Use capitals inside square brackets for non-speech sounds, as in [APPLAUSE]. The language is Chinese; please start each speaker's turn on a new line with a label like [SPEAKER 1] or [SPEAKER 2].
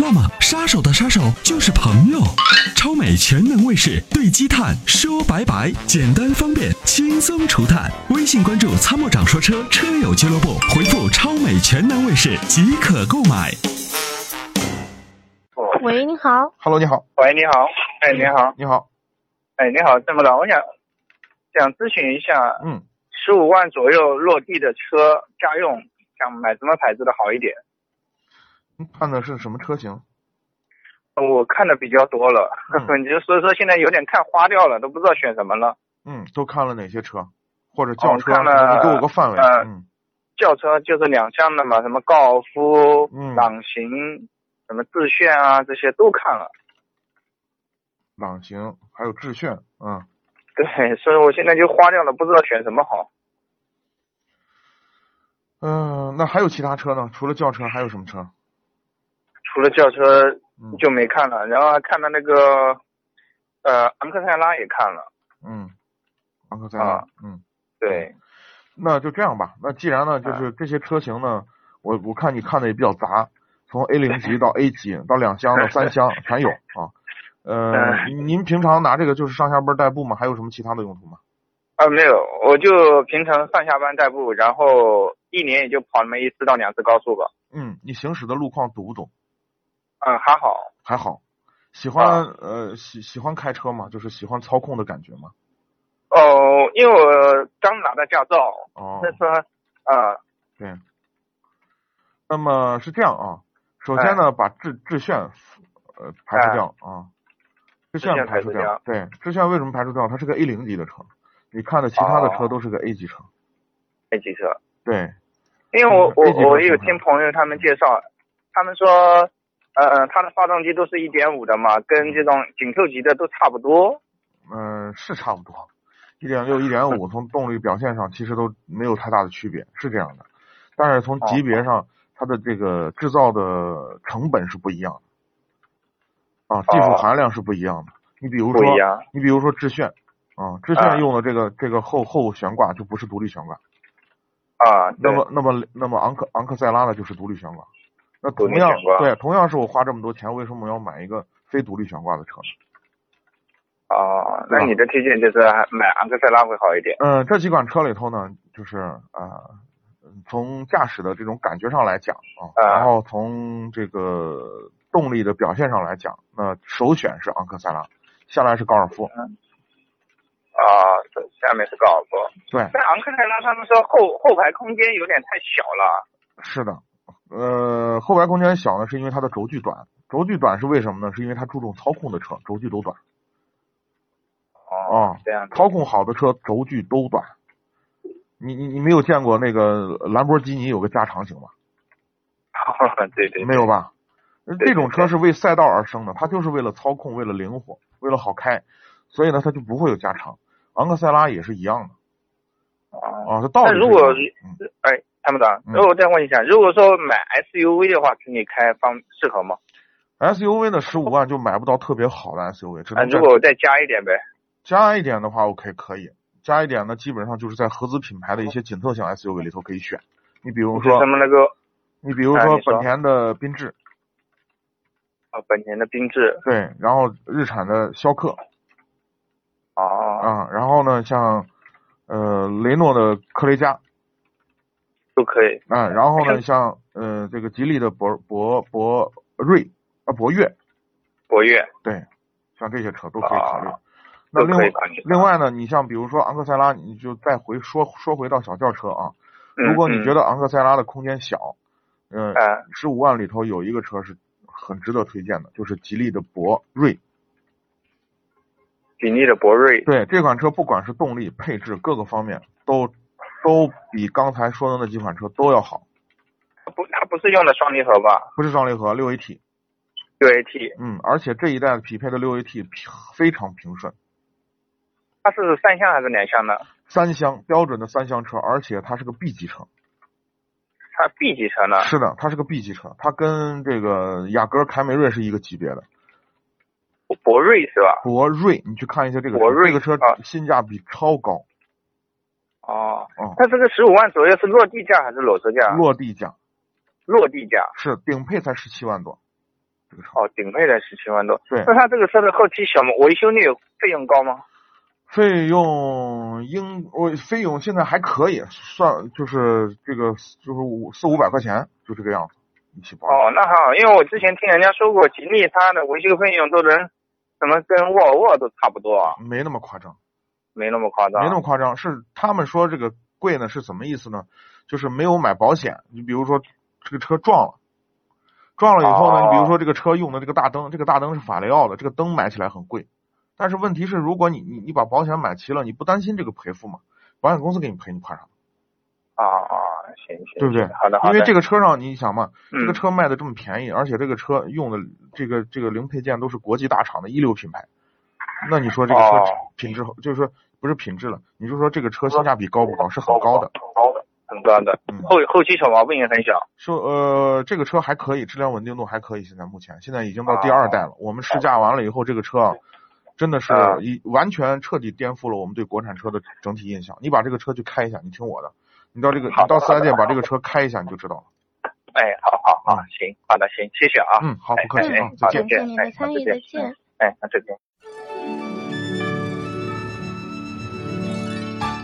[SPEAKER 1] 那么，杀手的杀手就是朋友。超美全能卫士对积碳说拜拜，简单方便，轻松除碳。微信关注“参谋长说车”车友俱乐部，回复“超美全能卫士”即可购买。
[SPEAKER 2] 喂，你好，
[SPEAKER 3] Hello，你好，
[SPEAKER 4] 哦喂，你好，哎，你好，
[SPEAKER 3] 你好，
[SPEAKER 4] 哎，你好，郑部长，我想想咨询一下，
[SPEAKER 3] 嗯，
[SPEAKER 4] 十五万左右落地的车家用，想买什么牌子的好一点？
[SPEAKER 3] 你看的是什么车型？
[SPEAKER 4] 我看的比较多了，[LAUGHS]
[SPEAKER 3] 嗯
[SPEAKER 4] 你就所以说现在有点看花掉了，都不知道选什么了。
[SPEAKER 3] 嗯，都看了哪些车？或者
[SPEAKER 4] 哦
[SPEAKER 3] 轿
[SPEAKER 4] 我
[SPEAKER 3] 车？啊
[SPEAKER 4] 看了
[SPEAKER 3] 你给我个范围。
[SPEAKER 4] 呃
[SPEAKER 3] 嗯
[SPEAKER 4] 轿车就是两厢的嘛，什么高尔夫、
[SPEAKER 3] 嗯
[SPEAKER 4] 朗行、什么致炫啊，这些都看了。 [LAUGHS]
[SPEAKER 3] 朗行，还有致炫，嗯，
[SPEAKER 4] 对，所以我现在就花掉了，不知道选什么好。
[SPEAKER 3] 嗯、那还有其他车呢？除了轿车还有什么车？
[SPEAKER 4] 除了轿车
[SPEAKER 3] 嗯，
[SPEAKER 4] 就没看了，然后还看了那个，呃，昂克赛拉也看了，
[SPEAKER 3] 嗯，昂克赛拉
[SPEAKER 4] 啊，
[SPEAKER 3] 嗯，
[SPEAKER 4] 对。
[SPEAKER 3] 那就这样吧。那既然呢，
[SPEAKER 4] 啊
[SPEAKER 3] 就是这些车型呢，我我看你看的也比较杂，从 A 零级到 A 级到两厢到三厢全有啊。呃，
[SPEAKER 4] 嗯
[SPEAKER 3] 您您平常拿这个就是上下班代步吗？还有什么其他的用途吗？
[SPEAKER 4] 啊，没有，我就平常上下班代步，然后一年也就跑那么一次到两次高速吧。
[SPEAKER 3] 嗯，你行驶的路况堵不堵？
[SPEAKER 4] 嗯，还好。
[SPEAKER 3] 还好。喜欢、
[SPEAKER 4] 啊
[SPEAKER 3] 呃喜喜欢开车吗？就是喜欢操控的感觉吗？
[SPEAKER 4] 哦，因为我刚拿到驾照，
[SPEAKER 3] 哦
[SPEAKER 4] 那，时候，啊，
[SPEAKER 3] 对。那么是这样啊，首先呢，把致致炫呃排除掉、啊，致
[SPEAKER 4] 致
[SPEAKER 3] 炫
[SPEAKER 4] 炫
[SPEAKER 3] 排除
[SPEAKER 4] 排除
[SPEAKER 3] 掉。对，致炫为什么排除掉？它是个 A 零级的车，你看的其他的车
[SPEAKER 4] 哦
[SPEAKER 3] 都是个 A 级车。
[SPEAKER 4] 没几车。
[SPEAKER 3] 对，
[SPEAKER 4] 因为我
[SPEAKER 3] 嗯
[SPEAKER 4] 我
[SPEAKER 3] 这几个
[SPEAKER 4] 我也有
[SPEAKER 3] 车
[SPEAKER 4] 听朋友他们介绍，他们说，呃，它的发动机都是一点五的嘛，跟这种紧凑级的都差不多。
[SPEAKER 3] 嗯、是差不多，一点六、一点五，
[SPEAKER 4] [LAUGHS]
[SPEAKER 3] 从动力表现上其实都没有太大的区别，是这样的。但是从级别
[SPEAKER 4] 哦
[SPEAKER 3] 上，它的这个制造的成本是不一样的，啊，技术
[SPEAKER 4] 哦
[SPEAKER 3] 含量是不一样的。你比如
[SPEAKER 4] 不
[SPEAKER 3] 说
[SPEAKER 4] 一样，
[SPEAKER 3] 你比如说致炫，啊，致
[SPEAKER 4] 啊
[SPEAKER 3] 炫用的这个这个后后悬挂就不是独立悬挂，
[SPEAKER 4] 啊，对
[SPEAKER 3] 那么那么那么昂克昂克赛拉呢就是独立悬挂。那
[SPEAKER 4] 独
[SPEAKER 3] 同
[SPEAKER 4] 立
[SPEAKER 3] 样
[SPEAKER 4] 悬挂
[SPEAKER 3] 对，同样是我花这么多钱，为什么我要买一个非独立悬挂的车呢？
[SPEAKER 4] 哦，那
[SPEAKER 3] 对吧
[SPEAKER 4] 你的推荐就是还买昂克赛拉会好一点。
[SPEAKER 3] 嗯，这几款车里头呢，就是啊、嗯从驾驶的这种感觉上来讲啊，
[SPEAKER 4] 啊
[SPEAKER 3] 然后从这个动力的表现上来讲，那首选是昂克赛拉，下来是高尔夫，
[SPEAKER 4] 啊，这下面是高尔夫。
[SPEAKER 3] 对，
[SPEAKER 4] 但昂克赛拉他们说后后排空间有点太小了。
[SPEAKER 3] 是的，呃，后排空间小呢，是因为它的轴距短，轴距短是为什么呢？是因为它注重操控的车轴距都短，
[SPEAKER 4] 哦
[SPEAKER 3] 哦，
[SPEAKER 4] 这样子。
[SPEAKER 3] 操控好的车轴距都短。你你你没有见过那个兰博基尼有个加长型吗？
[SPEAKER 4] [LAUGHS] 对对，
[SPEAKER 3] 没有吧？呃
[SPEAKER 4] 对
[SPEAKER 3] 这种
[SPEAKER 4] 对
[SPEAKER 3] 车
[SPEAKER 4] 对
[SPEAKER 3] 是为赛道而生的，它就是为了操控，为了灵活，为了好开，所以呢，它就不会有加长。昂克赛拉也是一样的
[SPEAKER 4] 哦，
[SPEAKER 3] 啊，它道理
[SPEAKER 4] 那
[SPEAKER 3] 是一
[SPEAKER 4] 如
[SPEAKER 3] 样
[SPEAKER 4] 果
[SPEAKER 3] 的
[SPEAKER 4] 是
[SPEAKER 3] 嗯
[SPEAKER 4] 哎，参谋长，
[SPEAKER 3] 嗯
[SPEAKER 4] 那我再问一下，如果说买 SUV 的话，给你开方适合吗？
[SPEAKER 3] SUV 的十五万就买不到特别好的 SUV，只
[SPEAKER 4] 啊，
[SPEAKER 3] 能
[SPEAKER 4] 如
[SPEAKER 3] 再
[SPEAKER 4] 果我再加一点呗。
[SPEAKER 3] 加一点的话，OK 可以，加一点呢，基本上就是在合资品牌的一些紧凑型 SUV 里头可以选。你比如
[SPEAKER 4] 就
[SPEAKER 3] 说
[SPEAKER 4] 什，么那个
[SPEAKER 3] 你比如
[SPEAKER 4] 哎
[SPEAKER 3] 说
[SPEAKER 4] 你说
[SPEAKER 3] 本田的缤智，
[SPEAKER 4] 啊，本田的缤智。
[SPEAKER 3] 对，然后日产的逍客
[SPEAKER 4] 哦，
[SPEAKER 3] 啊，然后呢，像呃雷诺的科雷嘉，
[SPEAKER 4] 都可以。
[SPEAKER 3] 啊，然后呢，
[SPEAKER 4] 是
[SPEAKER 3] 像呃这个吉利的博博博瑞啊博越，
[SPEAKER 4] 博越
[SPEAKER 3] 对，像这些车都可以考虑。
[SPEAKER 4] 啊
[SPEAKER 3] 那
[SPEAKER 4] 都
[SPEAKER 3] 另
[SPEAKER 4] 可以
[SPEAKER 3] 外
[SPEAKER 4] 考虑。啊
[SPEAKER 3] 另外呢，你像比如说昂克赛拉，你就再回说说回到小轿车啊，
[SPEAKER 4] 嗯，
[SPEAKER 3] 如果你觉
[SPEAKER 4] 得
[SPEAKER 3] 得昂克赛拉的空间小，嗯，
[SPEAKER 4] 啊，
[SPEAKER 3] 十五万里头有一个车是很值得推荐的，就是吉利的博瑞。
[SPEAKER 4] 吉利的博瑞
[SPEAKER 3] 对这款车，不管是动力、配置各个方面，都都比刚才说的那几款车都要好，
[SPEAKER 4] 它不，它不是用的双离合吧？
[SPEAKER 3] 不是双离合，六 AT。
[SPEAKER 4] 六 AT，
[SPEAKER 3] 嗯，而且这一代匹配的六 AT 平非常平顺，
[SPEAKER 4] 它是三厢还是两厢的？
[SPEAKER 3] 三厢标准的三厢车，而且它是个 B 级车，
[SPEAKER 4] 它 B 级车呢？
[SPEAKER 3] 是的，它是个 B 级车，它跟这个雅阁、凯美瑞是一个级别的。
[SPEAKER 4] 博瑞是吧？
[SPEAKER 3] 博瑞，你去看一下这个车
[SPEAKER 4] 博瑞
[SPEAKER 3] 这个车
[SPEAKER 4] 啊
[SPEAKER 3] 性价比超高，
[SPEAKER 4] 哦
[SPEAKER 3] 嗯，
[SPEAKER 4] 它这个十五万左右是落地价还是裸车价？
[SPEAKER 3] 落地价
[SPEAKER 4] 落地价
[SPEAKER 3] 是顶配才十七万多，这个车
[SPEAKER 4] 哦，顶配的十七万多。
[SPEAKER 3] 对
[SPEAKER 4] 那它这个车的后期小维修那个费用高吗？
[SPEAKER 3] 费用应我费用现在还可以，算就是这个就是五四五百块钱就这个样子一起包。
[SPEAKER 4] 哦，那好，因为我之前听人家说过，吉利它的维修费用都能什么跟沃尔沃都差不多啊，
[SPEAKER 3] 没那么夸张，
[SPEAKER 4] 没那么夸张。
[SPEAKER 3] 没那么夸张，是他们说这个贵呢是什么意思呢？就是没有买保险。你比如说这个车撞了，撞了以后呢，
[SPEAKER 4] 哦
[SPEAKER 3] 你比如说这个车用的这个大灯，这个大灯是法雷奥的，这个灯买起来很贵。但是问题是，如果你你你把保险买齐了，你不担心这个赔付吗？保险公司给你赔，你怕啥？
[SPEAKER 4] 啊啊，行行，
[SPEAKER 3] 对不对
[SPEAKER 4] 行好的好
[SPEAKER 3] 因
[SPEAKER 4] 的。
[SPEAKER 3] 为这个车上你想嘛，
[SPEAKER 4] 嗯
[SPEAKER 3] 这个车卖的这么便宜，而且这个车用的这个这个零配件都是国际大厂的一流品牌，那你说这个车
[SPEAKER 4] 哦
[SPEAKER 3] 品质、就是说不是品质了，你就说这个车性价比高不高？是很高的。，
[SPEAKER 4] 高的，很高的。
[SPEAKER 3] 嗯
[SPEAKER 4] 后后期小毛病也很小。
[SPEAKER 3] 说呃，这个车还可以，质量稳定度还可以。现在目前现在已经到第二代
[SPEAKER 4] 哦
[SPEAKER 3] 了。我们试驾完了以后，这个车啊，真的是
[SPEAKER 4] 啊
[SPEAKER 3] 一完全彻底颠覆了我们对国产车的整体印象。你把这个车去开一下，你听我的，你到这个
[SPEAKER 4] 好的
[SPEAKER 3] 你到四 S 店
[SPEAKER 4] 好的
[SPEAKER 3] 把这个车开一下，你就知道了。
[SPEAKER 4] 哎，好好好
[SPEAKER 3] 啊，
[SPEAKER 4] 行，好的，行，谢谢啊。
[SPEAKER 3] 嗯，好，不客气
[SPEAKER 4] 哎
[SPEAKER 3] 啊
[SPEAKER 4] 哎，
[SPEAKER 3] 再
[SPEAKER 4] 好
[SPEAKER 3] 见
[SPEAKER 4] 的。
[SPEAKER 2] 感谢您的参与，再见。
[SPEAKER 4] 哎，那再见。